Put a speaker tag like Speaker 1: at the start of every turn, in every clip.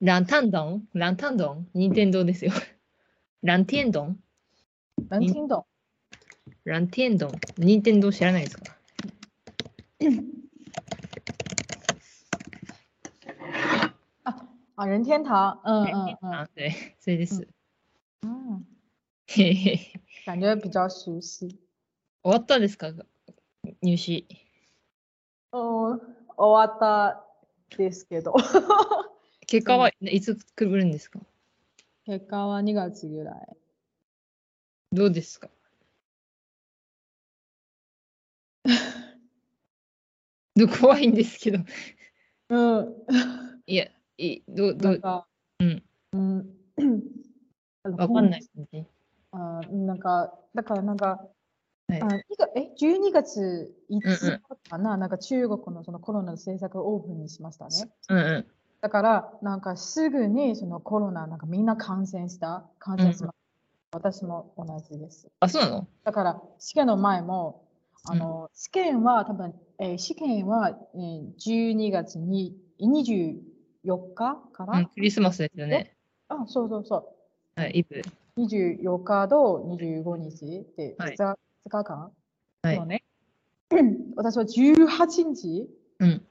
Speaker 1: ランタンドンランタンドン任天堂ですよ。 ランテンドン
Speaker 2: 南京洞。
Speaker 1: ランテンドン任天堂知らないですか
Speaker 2: 啊，任天堂，嗯嗯嗯
Speaker 1: あ、对、それです。
Speaker 2: 嗯，
Speaker 1: へへへ終
Speaker 2: 感觉比较熟悉。
Speaker 1: わったですか入試。
Speaker 2: 嗯，終わったですけど。
Speaker 1: 結果はいつ来るんですか
Speaker 2: 結果は2月ぐらい。
Speaker 1: どうですか ど怖いんですけど。
Speaker 2: うん。
Speaker 1: いや、いどうど
Speaker 2: なん
Speaker 1: う
Speaker 2: か、
Speaker 1: うん。
Speaker 2: うん。
Speaker 1: わかんない。感じ。
Speaker 2: あなんか、だからなんか、
Speaker 1: はい
Speaker 2: あいがえ12月
Speaker 1: うんう
Speaker 2: 5日かな、なんか中国のそのコロナの政策をオープンにしましたね。
Speaker 1: うんうん。
Speaker 2: だから、なんかすぐにそのコロナ、なんかみんな感染した、感染しました。私も同じです。
Speaker 1: あ、そうなの
Speaker 2: だから、試験の前も、あの試験は多分、えー試験は、えー12月に24日
Speaker 1: う
Speaker 2: か
Speaker 1: ん、
Speaker 2: ら、
Speaker 1: クリスマスですよね。
Speaker 2: あ、そうそうそう。
Speaker 1: はい、イブ。
Speaker 2: 24日と25日で
Speaker 1: はい
Speaker 2: 2, 日2日間、
Speaker 1: はい
Speaker 2: そうね。 私は18日、
Speaker 1: うん、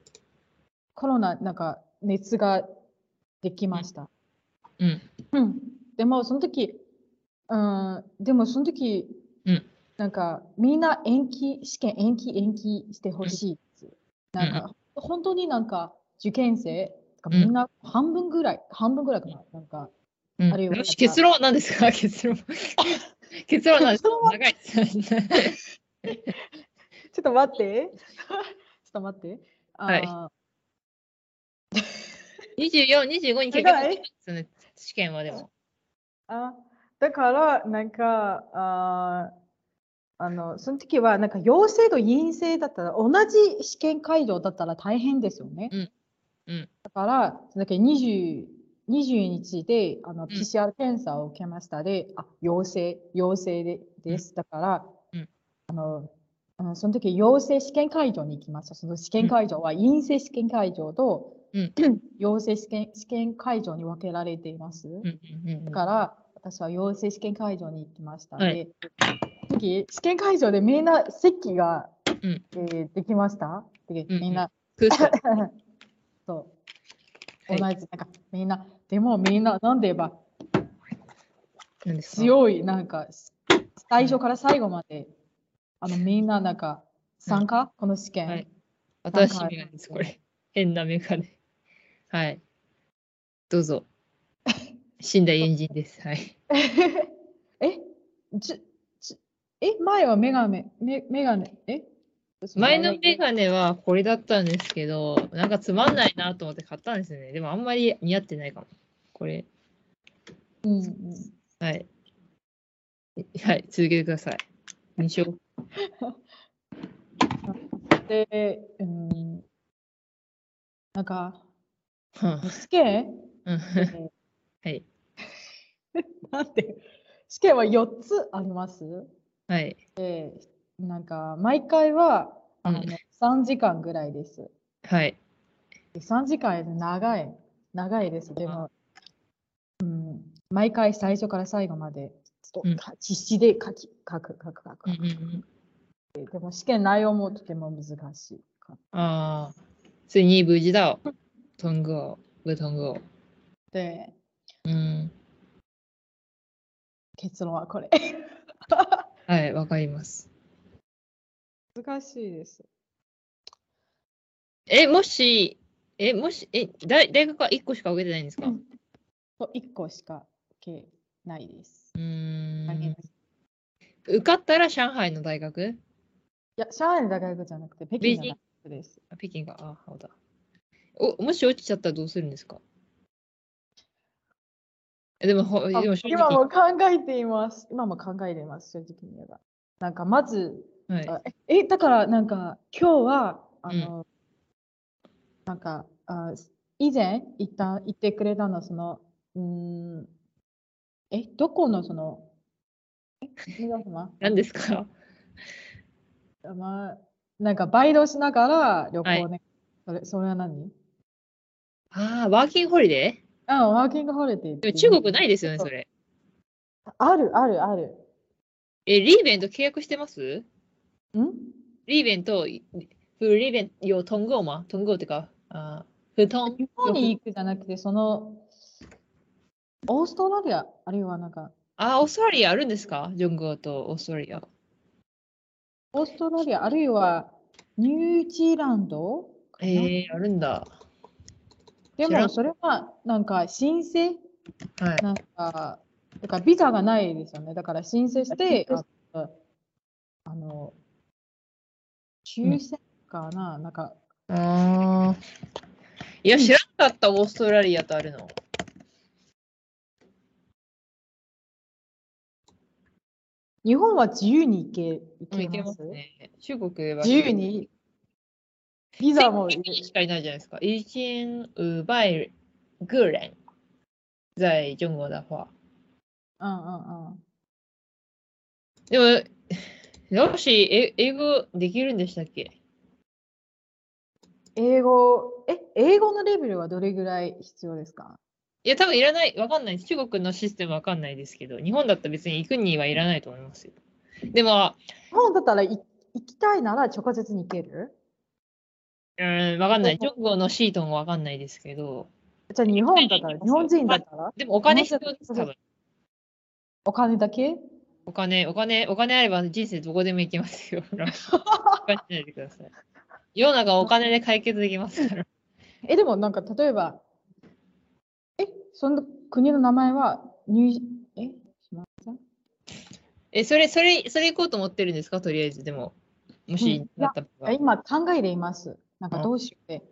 Speaker 2: コロナ、なんか熱ができました。
Speaker 1: うん。
Speaker 2: でも、その時、うん、でもその時、
Speaker 1: うん
Speaker 2: なんかみんな延期、試験延期延期してほしいです。なんか、本当になんか受験生、
Speaker 1: うん
Speaker 2: みんな半分ぐらい、半分ぐらいかな。なんか
Speaker 1: うん
Speaker 2: あるいは
Speaker 1: よし、結論は何です か結論。結論は何ですか
Speaker 2: 結論は
Speaker 1: 長いです。
Speaker 2: ちょっと待って。ちょっと待って。あー
Speaker 1: はい24、25に結果
Speaker 2: 長
Speaker 1: 出
Speaker 2: い
Speaker 1: たんですよね、試験はでも。
Speaker 2: あだから、なんか、あーあのその時は、なんか陽性と陰性だったら、同じ試験会場だったら大変ですよね。
Speaker 1: うんうん
Speaker 2: だから、だけ20 20日であの
Speaker 1: ん
Speaker 2: PCR 検査を受けましたで、あ陽性、陽性でです。だから、
Speaker 1: うん
Speaker 2: あの、うん、その時陽性試験会場に行きました。その試験会場は陰性試験会場と、
Speaker 1: うん
Speaker 2: 陽性試験試験会場に分けられています。
Speaker 1: うんうんうん
Speaker 2: だから、私は陽性試験会場に行きました。
Speaker 1: はい
Speaker 2: で、次、試験会場でみんな席が、
Speaker 1: うん
Speaker 2: えーできましたで、
Speaker 1: うん
Speaker 2: みんな、
Speaker 1: 空想
Speaker 2: そう、
Speaker 1: は
Speaker 2: 同
Speaker 1: い
Speaker 2: じ、なんかみんな、でもみんな、なんで言えば、
Speaker 1: 何ですか
Speaker 2: 強い、なんか、最初から最後まで、あの、みんな、なんか、参加、この試験。
Speaker 1: はい新しいメガネです、これ。変なメガネ。はい。どうぞ。死んだエンジンです。はい。
Speaker 2: えじじえ前はメガネ、メメガネ、え
Speaker 1: 前のメガネはこれだったんですけど、なんかつまんないなと思って買ったんですよね。でもあんまり似合ってないかも。これ。
Speaker 2: うんうん
Speaker 1: はい。はい、続けてください。二章。
Speaker 2: で、うん、なんか、
Speaker 1: はあ
Speaker 2: 試験
Speaker 1: うんはい。
Speaker 2: なんて、試験は4つあります。
Speaker 1: はい。
Speaker 2: なんか、毎回は、
Speaker 1: う
Speaker 2: あ
Speaker 1: ん
Speaker 2: の、3時間ぐらいです。
Speaker 1: はい。
Speaker 2: 3時間より長い、長いです。でも、うん、毎回最初から最後まで、お
Speaker 1: うん
Speaker 2: か必死で書き、書く、書く、書
Speaker 1: う
Speaker 2: く
Speaker 1: ん。うんうん、
Speaker 2: でも、試験内容もとても難しい。
Speaker 1: ああ。ついに無事だ。通过，不通过。
Speaker 2: で、
Speaker 1: うん。
Speaker 2: 結論はこれ。
Speaker 1: はい、わかります。
Speaker 2: 難しいです。
Speaker 1: え、もし、え、もし、え、大大学は一個しか受けてないんですか
Speaker 2: う
Speaker 1: うん
Speaker 2: と1個しか受けないです。
Speaker 1: ー
Speaker 2: 大変
Speaker 1: ん
Speaker 2: です。い
Speaker 1: 受かったら上海の大学
Speaker 2: や、上海の大学じゃなくて、北京の大学です。
Speaker 1: あ北京が、あ、そうだ。お、もし落ちちゃったらどうするんですかえでも、ほで
Speaker 2: あ
Speaker 1: も正
Speaker 2: 今
Speaker 1: 直、
Speaker 2: も考えています。今も考えています、正直に言えば。なんか、まず、
Speaker 1: はい、
Speaker 2: あえ、えだから、なんか、今日は、あの、なんか、あ以前言った、言ってくれたの、その、うーん、え、どこの、その、え、皆様
Speaker 1: 何ですか
Speaker 2: まあ、なんか、バイトしながら旅行ね。
Speaker 1: はい
Speaker 2: それ、それは何
Speaker 1: ああ、ワーキングホリデー
Speaker 2: あ、ワーキングホリデーって
Speaker 1: で
Speaker 2: いう
Speaker 1: も中国ないですよね、
Speaker 2: そう
Speaker 1: それ。
Speaker 2: あるあるある。
Speaker 1: え、リーベンと契約してます
Speaker 2: ん
Speaker 1: リーベンと、リーベン有通过吗通过ってか、あー不通。
Speaker 2: 日本に行くじゃなくて、その、オーストラリア、あるいはなんか、
Speaker 1: あー、オーストラリアあるんですかジョングーとオーストラリア。
Speaker 2: オーストラリア、あるいはニュージーランドかな
Speaker 1: えー、あるんだ。
Speaker 2: で
Speaker 1: 知ら
Speaker 2: も
Speaker 1: ん
Speaker 2: それはなんか申請
Speaker 1: はい。
Speaker 2: なんか、だからビザがないですよね。だから申請して、
Speaker 1: あ
Speaker 2: ああの、抽選かな、なんか、
Speaker 1: ああ。いや、知らなかった、オーストラリアとあるの。
Speaker 2: 日本は自由に行け
Speaker 1: うんい
Speaker 2: 行け
Speaker 1: け
Speaker 2: ま
Speaker 1: ますすね。中国は
Speaker 2: 自由 に、ビザも
Speaker 1: 1000人しかいないじゃないですか。一千五百个人在中国的话。
Speaker 2: うんうんうん。
Speaker 1: でも、ロッシー、え英語できるんでしたっけ
Speaker 2: 英語、え、英語のレベルはどれぐらい必要ですか
Speaker 1: いや、多分いらない。わかんないです。中国のシステムわかんないですけど、日本だったら別に行くにはいらないと思いますよ。でも、
Speaker 2: 日本だったらい行きたいなら直接に行ける
Speaker 1: うーん、わかんない。中国のシートもわかんないですけど、
Speaker 2: じゃあ日本だった
Speaker 1: 行
Speaker 2: ら、
Speaker 1: きたい
Speaker 2: 日本人だったら
Speaker 1: でもお金必要です、多分。
Speaker 2: お金だけ
Speaker 1: お金、お金、お金あれば人生どこでも行けますよ。ロッシーお金ないでください。世の中お金で解決できますから。
Speaker 2: え、でもなんか例えば、え、その国の名前はニュー、え、
Speaker 1: え、それ、それ、それ行こうと思ってるんですかとりあえず、でも。も
Speaker 2: うん
Speaker 1: し
Speaker 2: い、や
Speaker 1: なった場合。い
Speaker 2: 今考えています。なんかどうしようって。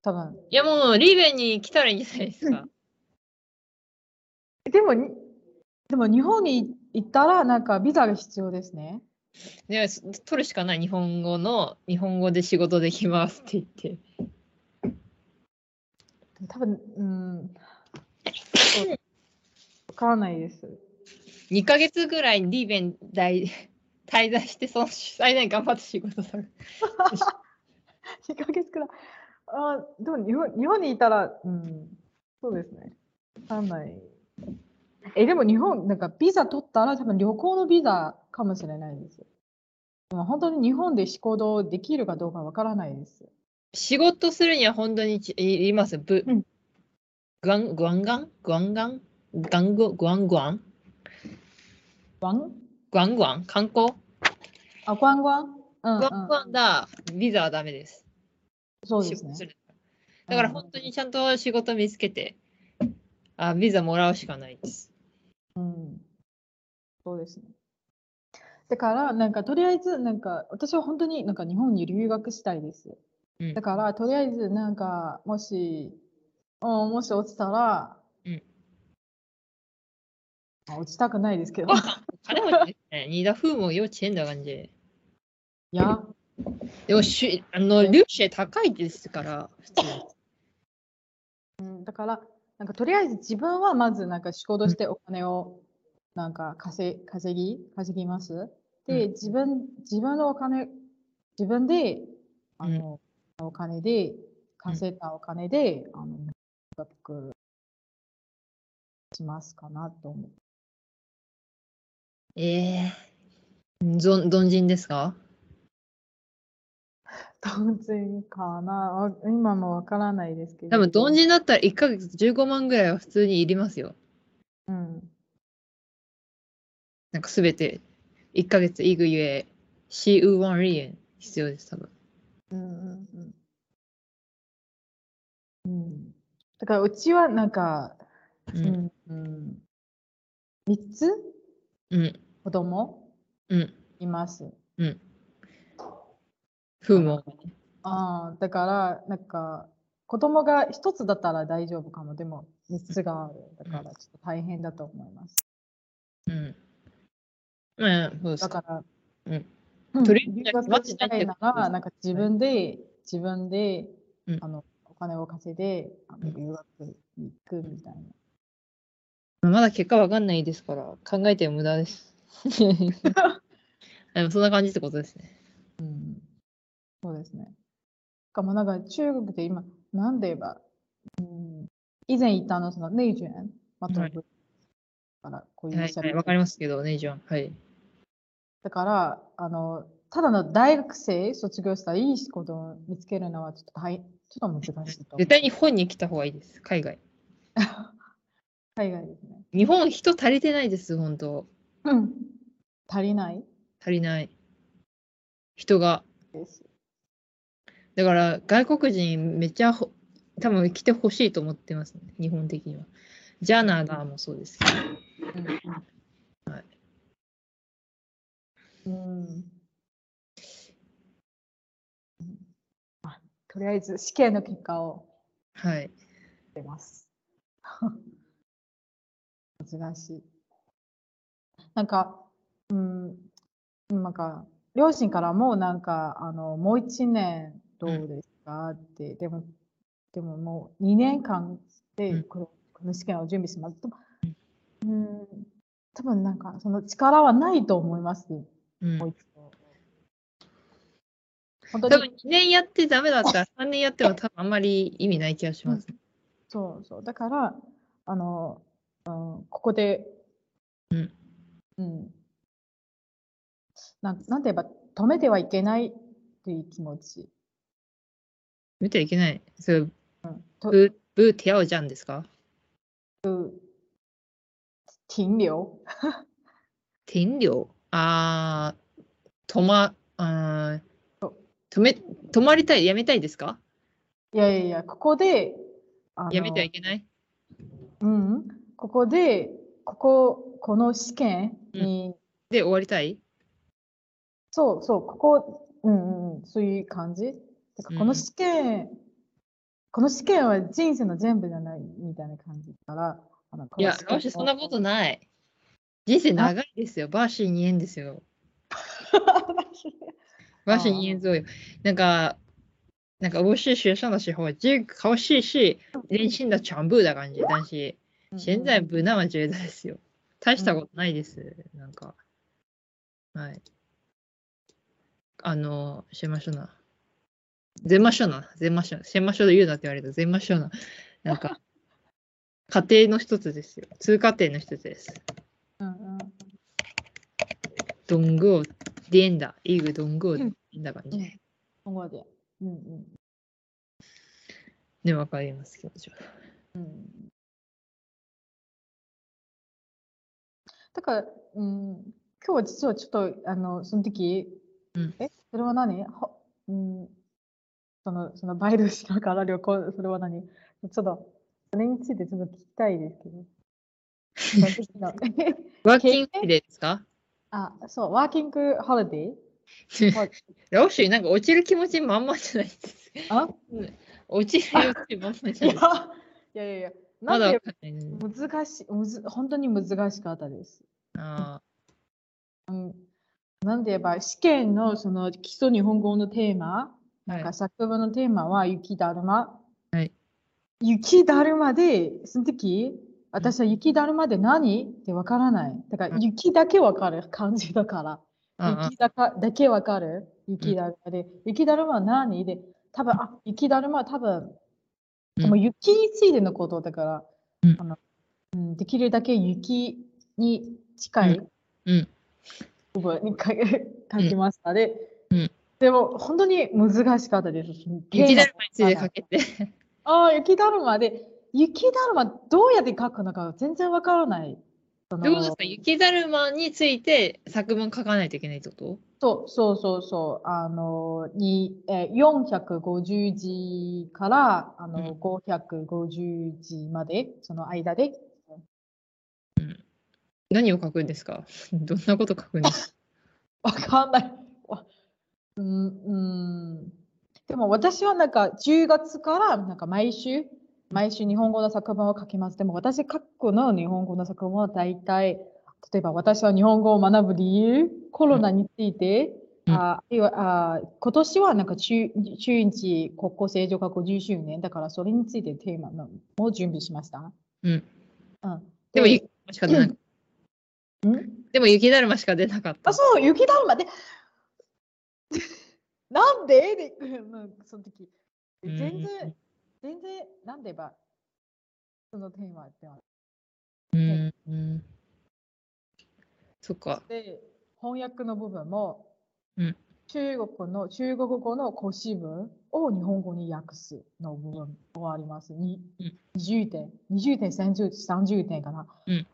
Speaker 2: 多分。
Speaker 1: や、もう、リーベンに来たらいいんじゃないですか。
Speaker 2: でもに、でも日本に行ったらなんかビザが必要ですね。
Speaker 1: で、そ取るしかない。日本語の、日本語で仕事できますって言って。
Speaker 2: 多分、うん。そうわからないです。
Speaker 1: 2ヶ月ぐらいリーベン大 滞在して、その最大頑張って仕事探す。
Speaker 2: 2ヶ月くらい。あーでも日本日本にいたら、うん、そうですね。わかんない。え、でも日本、なんかビザ取ったら多分旅行のビザかもしれないです。でも本当に日本で仕事できるかどうかわからないです。
Speaker 1: 仕事するには本当にちいいます。ぶ、
Speaker 2: うん
Speaker 1: グワン、グワンガングワンガングワンゴ、グワングワン
Speaker 2: ワン
Speaker 1: グワングワン観光
Speaker 2: あ、グワングワンうん、う
Speaker 1: グワン
Speaker 2: ん
Speaker 1: グ。ワンだ。ビザはダメです。
Speaker 2: そうですね
Speaker 1: 仕事。るだから本当にちゃんと仕事見つけて、あビザもらうしかないです。
Speaker 2: うん。そうですね。だから、なんかとりあえず、なんか私は本当になんか日本に留学したいです。
Speaker 1: うん
Speaker 2: だから、とりあえず、なんか、もし、うん、もし落ちたら、
Speaker 1: うん
Speaker 2: あ落ちたくないで すけど、
Speaker 1: 金持ちですね。ニダフーも幼稚園だ感じ。
Speaker 2: いや、
Speaker 1: でもしゅあの、留学高いですから、普通。
Speaker 2: うんだから、なんかとりあえず自分はまず、なんか仕事してお金を、なんか稼い稼ぎ、稼ぎます。で、
Speaker 1: うん
Speaker 2: 自分、自分のお金、自分で、あの、お金で、稼いだお金で、あの、なんか僕しますかなと思う。
Speaker 1: ええー。ぞん、どんじんですか
Speaker 2: 当然かな。あ今もわからないですけど。
Speaker 1: 多分、どんじんだったら1ヶ月15万ぐらいは普通にいりますよ。
Speaker 2: うん。
Speaker 1: なんかすべて、1ヶ月いぐゆえ、シウワンリエン必要です、多分。
Speaker 2: うんうんうん。うん。だから、うちはなんか、
Speaker 1: う。
Speaker 2: うんん。うん、3つ
Speaker 1: うん。
Speaker 2: 子供
Speaker 1: うん。
Speaker 2: います。
Speaker 1: フーも。
Speaker 2: ああ、だから、なんか、子供が1つだったら大丈夫かも。でも、3つがある。だから、ちょっと大変だと思います。
Speaker 1: うん。まあ、そうです
Speaker 2: だ
Speaker 1: か。
Speaker 2: から、
Speaker 1: うん
Speaker 2: うん
Speaker 1: とりあえず
Speaker 2: 留学したいなら、なんか自分で、自分で
Speaker 1: うん、
Speaker 2: あの、お金を稼いで、あ
Speaker 1: う
Speaker 2: の
Speaker 1: ん
Speaker 2: 留学に行くみたいな。
Speaker 1: まだ結果わかんないですから、考えても無駄 です。 でもそんな感じってことですね。
Speaker 2: そうですね。しかもなんか中国で今、なんで言えば、うん、以前言ったあの、その、ネイジュエン、
Speaker 1: は
Speaker 2: まあ、飛
Speaker 1: い
Speaker 2: ぶ。から、こう
Speaker 1: はいい、
Speaker 2: う
Speaker 1: は
Speaker 2: お
Speaker 1: い
Speaker 2: しゃれ
Speaker 1: わかりますけどね、じゃん。はい。
Speaker 2: だから、あの、ただの大学生卒業したいい仕事を見つけるのはちょっと大変、ちょっと難しいと思う
Speaker 1: 絶。対日本に来た方がいいです、海外。
Speaker 2: 海外ですね。
Speaker 1: 日本人足りてないです、本当
Speaker 2: うん。足りない
Speaker 1: 足りない。人が。
Speaker 2: です。
Speaker 1: だから外国人めっちゃほ多分来てほしいと思ってますね、日本的には。ジャーナーダーもそうですけど。
Speaker 2: うん。うんまあとりあえず試験の結果を
Speaker 1: はい。
Speaker 2: 出ます。難しい。なんか、うん、なんか、両親からもなんか、あの、もう一年どうですかって、でも、でももう2年間
Speaker 1: う
Speaker 2: で
Speaker 1: ん
Speaker 2: この,、この試験を準備しますと。うん、多分なんか、その力はないと思います、
Speaker 1: うん、
Speaker 2: もう一度。本
Speaker 1: 多
Speaker 2: 当に
Speaker 1: 分2年やってダメだったら3年やっても多分あんまり意味ない気がします。
Speaker 2: そうそう。だから、あの、うん、ここで、
Speaker 1: うん。
Speaker 2: うん。なん、なんて言えば、止めてはいけないっていう気持ち。
Speaker 1: 見てはいけない。それ
Speaker 2: と、
Speaker 1: ブブーティアオジャンですか
Speaker 2: 停留。
Speaker 1: 停留あー、止ま、あー止め、止まりたい、やめたいですか
Speaker 2: いやいやいや、ここで、あの
Speaker 1: やめてはいけない
Speaker 2: うん。ここで、ここ、この試験に、
Speaker 1: で終わりたい
Speaker 2: そうそう、ここ、うんうん、そういう感じ。だからこ
Speaker 1: う
Speaker 2: の
Speaker 1: ん
Speaker 2: 試験、この試験は人生の全部じゃないみたいな感じだから、あのこ
Speaker 1: い
Speaker 2: の
Speaker 1: や
Speaker 2: 試、験
Speaker 1: ロシそんなこ
Speaker 2: を
Speaker 1: とない。人生長いですよ。バーシー2年ですよ。 バーシー2年左右。なんか、なんか、我是学生的时候，这个考试是人生的全部的感じ。但是现在無難は重大ですよ。大したことないです。なんか、はい。あの、しましょうな。ゼマショナ、ゼマショナ、ゼマショナ言うなって言われた、ゼマショナ。なん か、家庭の一つですよ。通過点の一つです。
Speaker 2: うんうん
Speaker 1: どんぐを、でんだ、いぐどんぐを、でんだ感じ。
Speaker 2: うん今後で。うんうん
Speaker 1: ね、わかります、気持ちは。
Speaker 2: うん。だから、うん、今日は実はちょっと、あの、その時、
Speaker 1: うん
Speaker 2: え、それは何ほうん、その、そのバイトしながら旅行、それは何ちょっと、それについてちょっと聞きたいですけ ど。その時の
Speaker 1: ワーキングデーですか
Speaker 2: あ、そう、ワーキングホリデー
Speaker 1: ロシー、なんか落ちる気持ちまんまじゃないです。
Speaker 2: あ
Speaker 1: 落ちる気持ちまんまじ
Speaker 2: い
Speaker 1: ゃ
Speaker 2: や
Speaker 1: ないです。
Speaker 2: いやいやいや、な
Speaker 1: ま
Speaker 2: ん
Speaker 1: だわ
Speaker 2: で
Speaker 1: かんないね。
Speaker 2: 難しい、むず本当に難しかったです。
Speaker 1: あ
Speaker 2: なんて言えば、試験のその基礎日本語のテーマ、
Speaker 1: ーはい
Speaker 2: なんか作文のテーマは雪だるま。
Speaker 1: はい
Speaker 2: 雪だるまで、その時、私は雪だるまで何ってわからない。だから
Speaker 1: うん
Speaker 2: 雪だけわかる感じだから。
Speaker 1: ああ
Speaker 2: 雪だかだけわかる雪だるまで。雪だるまは何で、多分、あ、雪だるまは多分、
Speaker 1: うん
Speaker 2: もう雪についてのことだから、
Speaker 1: うん
Speaker 2: あのうん、できるだけ雪に近い。
Speaker 1: うん
Speaker 2: 覚えに書き書きましたで、
Speaker 1: うん
Speaker 2: でも本当に難しかったです。
Speaker 1: 雪だるまについてかけて。
Speaker 2: ああ、雪だるまで、雪だるまどうやって書くのか全然わからない。その
Speaker 1: どういうことですか雪だるまについて作文書かないといけないってこと
Speaker 2: そうそうそうそう、あの、にえー450字からあの、
Speaker 1: うん
Speaker 2: 550字まで、その間で。
Speaker 1: 何を書くんですかどんなこと書くんですか
Speaker 2: わかんない。わうん、うん。でも私はなんか10月からなんか毎週、毎週日本語の作文を書きます。でも私過去の日本語の作文は大体、例えば私は日本語を学ぶ理由、コロナについて、
Speaker 1: うん
Speaker 2: ああるいはあ今年はなんか中中日国交正常化50周年だからそれについてテーマのを準備しました。
Speaker 1: うん。
Speaker 2: うん、
Speaker 1: でも雪だるましか出なかっ
Speaker 2: うん
Speaker 1: た。でも雪だるましか出なかった
Speaker 2: あ、。そう、雪だるまで。 なんでで、うんその時。
Speaker 1: うん
Speaker 2: 全然、全然、なんでば、つのテーマでは
Speaker 1: うんうん。そっか。
Speaker 2: で翻訳の部分も、
Speaker 1: うん
Speaker 2: 中国の中国語の古詩文を日本語に訳すの部分もあります。に
Speaker 1: うん
Speaker 2: 20点、20点、30, 30点かな。
Speaker 1: うん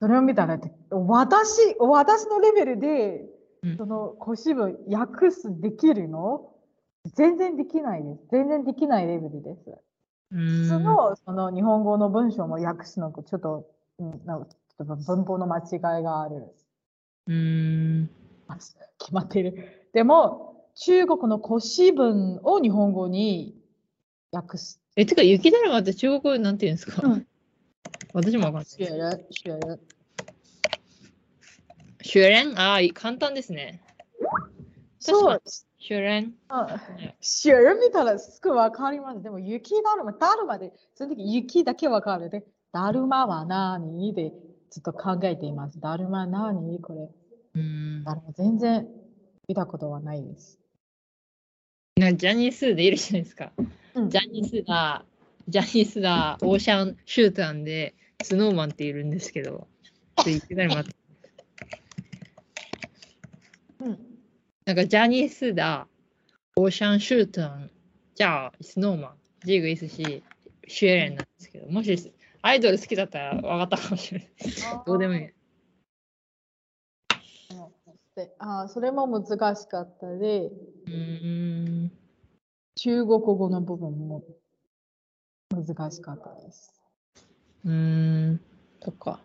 Speaker 2: それを見たら、私、私のレベルで
Speaker 1: うん、
Speaker 2: その古詩文訳すできるの全然できないです。全然できないレベルです。
Speaker 1: う
Speaker 2: 普通
Speaker 1: ん。
Speaker 2: のその日本語の文章も訳すのとちょっと、うん、なんかちょっと文法の間違いがある。
Speaker 1: うん。
Speaker 2: 決まってる。でも、中国の古詩文を日本語に訳す。
Speaker 1: え、てか、雪だるまって中国語でなんて言うんですか、
Speaker 2: うん
Speaker 1: 私もわかんないで
Speaker 2: 雪
Speaker 1: す。
Speaker 2: 人、雪人。
Speaker 1: シュレンああ、い簡単ですね。
Speaker 2: そ
Speaker 1: 確
Speaker 2: う
Speaker 1: か、シュレン。
Speaker 2: 雪人見たらすぐわかります。でも、雪だるま、だるまで、その時雪だけわかる。で、だるまは何で、ずっと考えています。だるま何これ。
Speaker 1: うん。
Speaker 2: だるま全然見たことはないです。
Speaker 1: なんかジャニースでいるじゃないですか。
Speaker 2: うん
Speaker 1: ジャニースだ、ジャニースだ、オーシャンシューターで、スノーマンっているんですけど、ちょっと雪だるまって。
Speaker 2: うん
Speaker 1: なんかジャニースだ、オーシャンシューターじゃあ、スノーマン、ジグイスシー、シュエレンなんですけど、もしアイドル好きだったら分かったかもしれない。どうでもいい。
Speaker 2: であーそれも難しかったで、
Speaker 1: うーん。
Speaker 2: 中国語の部分も難しかったです。
Speaker 1: うーん。そっか。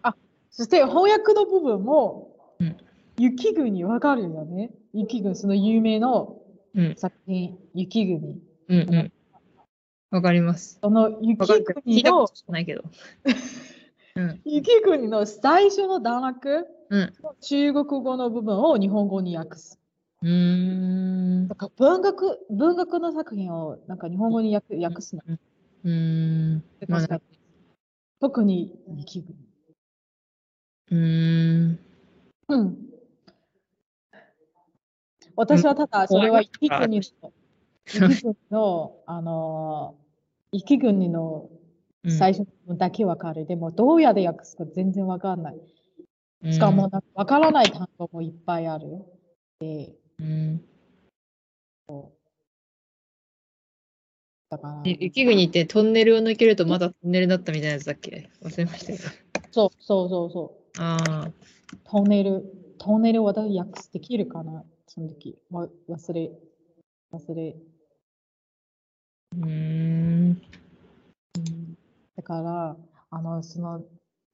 Speaker 2: そして翻訳の部分も、
Speaker 1: うん
Speaker 2: 雪国わかるよね。雪国、その有名の
Speaker 1: うん
Speaker 2: 作品、雪国。
Speaker 1: うんうん。わかります。
Speaker 2: その
Speaker 1: わかる
Speaker 2: 雪
Speaker 1: けど聞
Speaker 2: 国
Speaker 1: いたこ
Speaker 2: の
Speaker 1: としかない けど。
Speaker 2: 雪国の最初の段落、
Speaker 1: うん
Speaker 2: 中国語の部分を日本語に訳す。
Speaker 1: うーん
Speaker 2: な。んか文学文学の作品をなんか日本語に訳訳すのっ
Speaker 1: うーん。
Speaker 2: て確かに。特に雪国。
Speaker 1: うーん。
Speaker 2: うん。私はただ、それは
Speaker 1: 終
Speaker 2: 雪
Speaker 1: わり
Speaker 2: 国の、雪国の、あのー、雪国の最初のだけわかる。でも、どうやって訳すか全然わかんない。
Speaker 1: うん
Speaker 2: しかも、、なんかわからない単語もいっぱいある。
Speaker 1: うん
Speaker 2: だから、
Speaker 1: え雪国ってトンネルを抜けるとまだトンネルだったみたいなやつだっけ忘れましたけど。
Speaker 2: そうそうそうそう。
Speaker 1: ああ。
Speaker 2: トンネル、トンネル私訳すできるかなその時。わ忘れ、忘れ。
Speaker 1: うーん。
Speaker 2: だから、あの、その、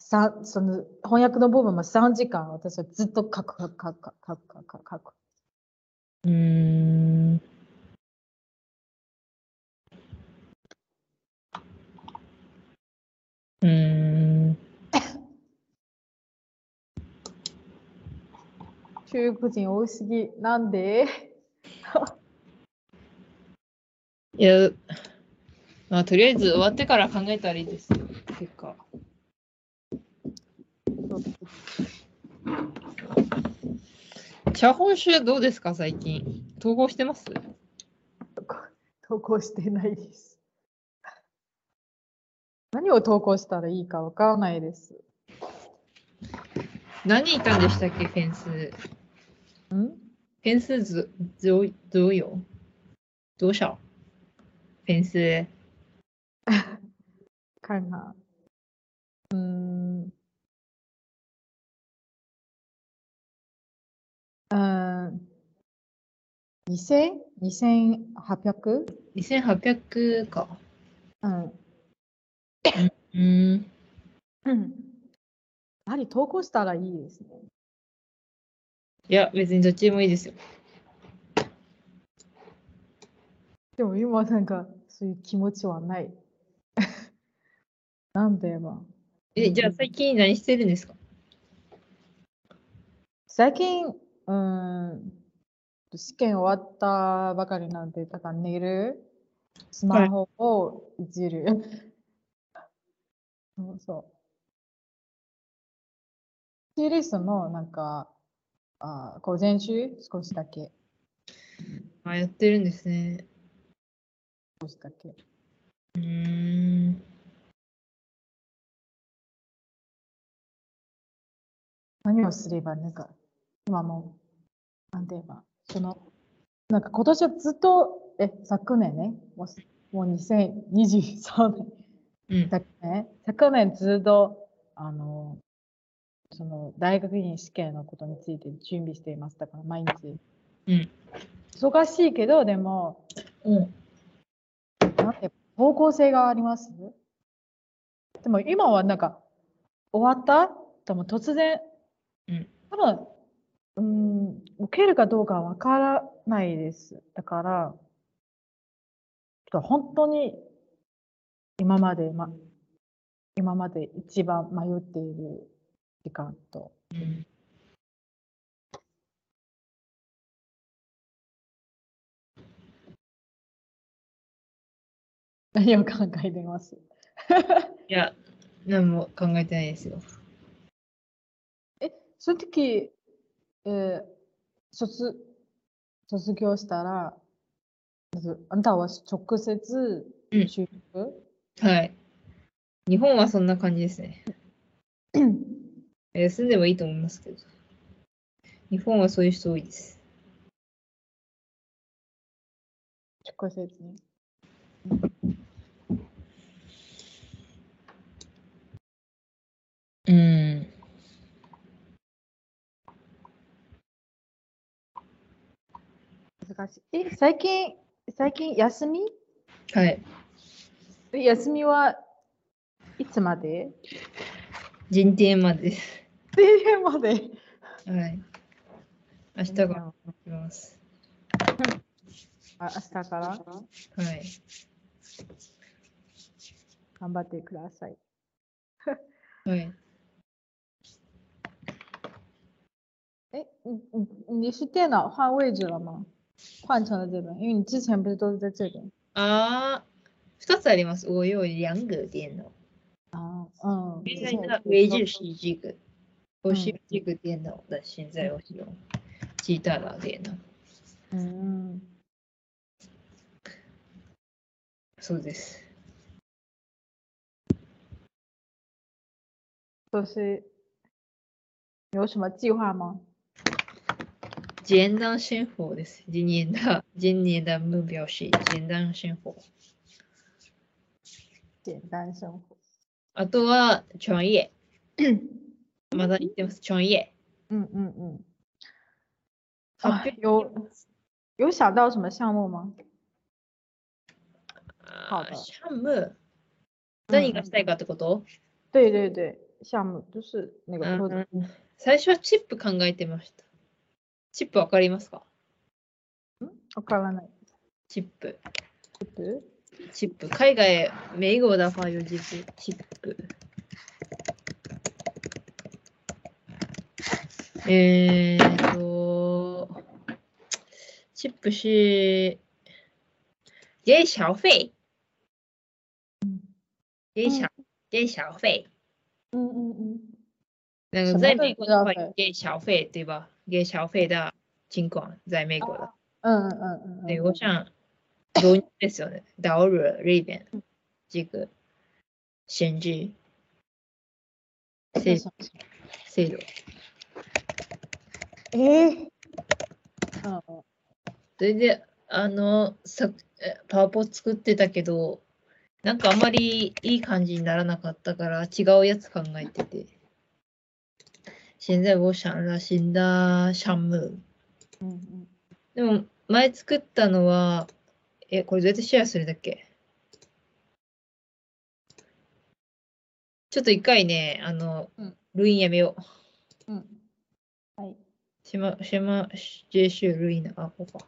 Speaker 2: さその翻訳の部分も3時間、私はずっと書く、書く、書く、書く、書く、書く。
Speaker 1: うーん。うーん。
Speaker 2: 中国人多すぎ、なんで
Speaker 1: いや、まあ、とりあえず終わってから考えたらいいですよ。結果。茶本酒どうですか最近。統合してます
Speaker 2: 投稿してないです。 何を投稿したらいいかわからないです。
Speaker 1: 何人いたんでしたっけフェンス。フ
Speaker 2: ん
Speaker 1: ェンスず、ず、どうよ。どうしよう。フェンス。
Speaker 2: 看看。嗯。うん、2000?2800?
Speaker 1: 2800か。
Speaker 2: うん。
Speaker 1: うーん。
Speaker 2: うんやはり投稿したらいいですね。
Speaker 1: いや、別にどっちでもいいですよ。
Speaker 2: でも今なんかそういう気持ちはない。 なんでまあ
Speaker 1: え、じゃあ最近何してるんですか
Speaker 2: 最近、うーん、試験終わったばかりなんで、だから寝る、スマホをいじる。 そうそう。シリースもなんか、あー午前中少しだけ、
Speaker 1: あ、やってるんですね。
Speaker 2: 少しだけ。
Speaker 1: うーん。
Speaker 2: 何をすれば、なんか、今も、なんて言えば、その、なんか今年はずっと、え、昨年ね、もうもう2023年、
Speaker 1: うん。
Speaker 2: 昨年、昨年ずっと、あの、その大学院試験のことについて準備していましたから、毎日。
Speaker 1: うん
Speaker 2: 忙しいけど、でも、
Speaker 1: うん。
Speaker 2: なんて方向性がありますでも今はなんか終わったでも突然、
Speaker 1: うん
Speaker 2: 多分うん受けるかどうかわからないですだからちょっと本当に今まで、ま、今まで一番迷っている時間と
Speaker 1: うん
Speaker 2: 何を考えています
Speaker 1: いや、何も考えてないですよ。
Speaker 2: その時、えー卒卒業したら、まずあんたは直接
Speaker 1: うん
Speaker 2: 就職、
Speaker 1: はい。日本はそんな感じですね。えー住んでもいいと思いますけど。日本はそういう人多いです。
Speaker 2: 直接ね。
Speaker 1: うん。
Speaker 2: 難しい。え、最近、最近休み
Speaker 1: はい。
Speaker 2: え休みはいつまで
Speaker 1: 人定までです。
Speaker 2: 定年まで。
Speaker 1: はい。明日が来ます。
Speaker 2: あ明日から
Speaker 1: はい。
Speaker 2: 頑張ってください。
Speaker 1: はい。
Speaker 2: 哎，你你你是电脑换位置了吗？换成了这边，因为你之前不是都是在这边。
Speaker 1: あー、2つあります。我有两个电脑。
Speaker 2: 啊，嗯，
Speaker 1: 原
Speaker 2: 之
Speaker 1: 来
Speaker 2: 前
Speaker 1: 那维
Speaker 2: 也说
Speaker 1: 持是这个，我是这个电脑的，现在我是用巨大的电脑。
Speaker 2: 嗯，
Speaker 1: そうです。
Speaker 2: 就是有什么计划吗？
Speaker 1: 简单生活です。今年的今年的目标是简单生活。
Speaker 2: 简单生活。
Speaker 1: あとは创业。 まだ言ってます。创业。
Speaker 2: 嗯嗯嗯。
Speaker 1: 発
Speaker 2: 啊
Speaker 1: 表、
Speaker 2: 有有想到什么项目吗？
Speaker 1: あ
Speaker 2: 好
Speaker 1: ー
Speaker 2: 的
Speaker 1: シャム。何がしたいかってこと、
Speaker 2: 对对对，项目就是那个
Speaker 1: 嗯
Speaker 2: project
Speaker 1: 最初はチップ考えてました。チップわかりますか
Speaker 2: 嗯我看看那
Speaker 1: チップ。
Speaker 2: 个，
Speaker 1: チップ。海外、美国的话有チップ。チップ。えー、と、チップ是给小费。给小给小费。
Speaker 2: 嗯嗯嗯，
Speaker 1: 那个
Speaker 2: 什么
Speaker 1: 在
Speaker 2: 是
Speaker 1: 美国的话
Speaker 2: 消费，
Speaker 1: 给小费对吧？给小费的情况，在美国的。
Speaker 2: 嗯嗯嗯嗯，
Speaker 1: 美国像容易ですよね。导入了瑞典这个限制
Speaker 2: 是
Speaker 1: 制
Speaker 2: 什么？
Speaker 1: 制度，
Speaker 2: 哎，嗯嗯
Speaker 1: それであのさえパワポ作ってたけど、なんかあんまりいい感じにならなかったから違うやつ考えてて。现在我想了新的项目。
Speaker 2: 嗯嗯，
Speaker 1: でも前作ったのは、え、これどうやってシェアするんだっけちょっと一回ね、あの
Speaker 2: うん、
Speaker 1: ルインやめよう。
Speaker 2: 嗯，哎，
Speaker 1: しま、しま、ジェシュルインな、あ、ここか。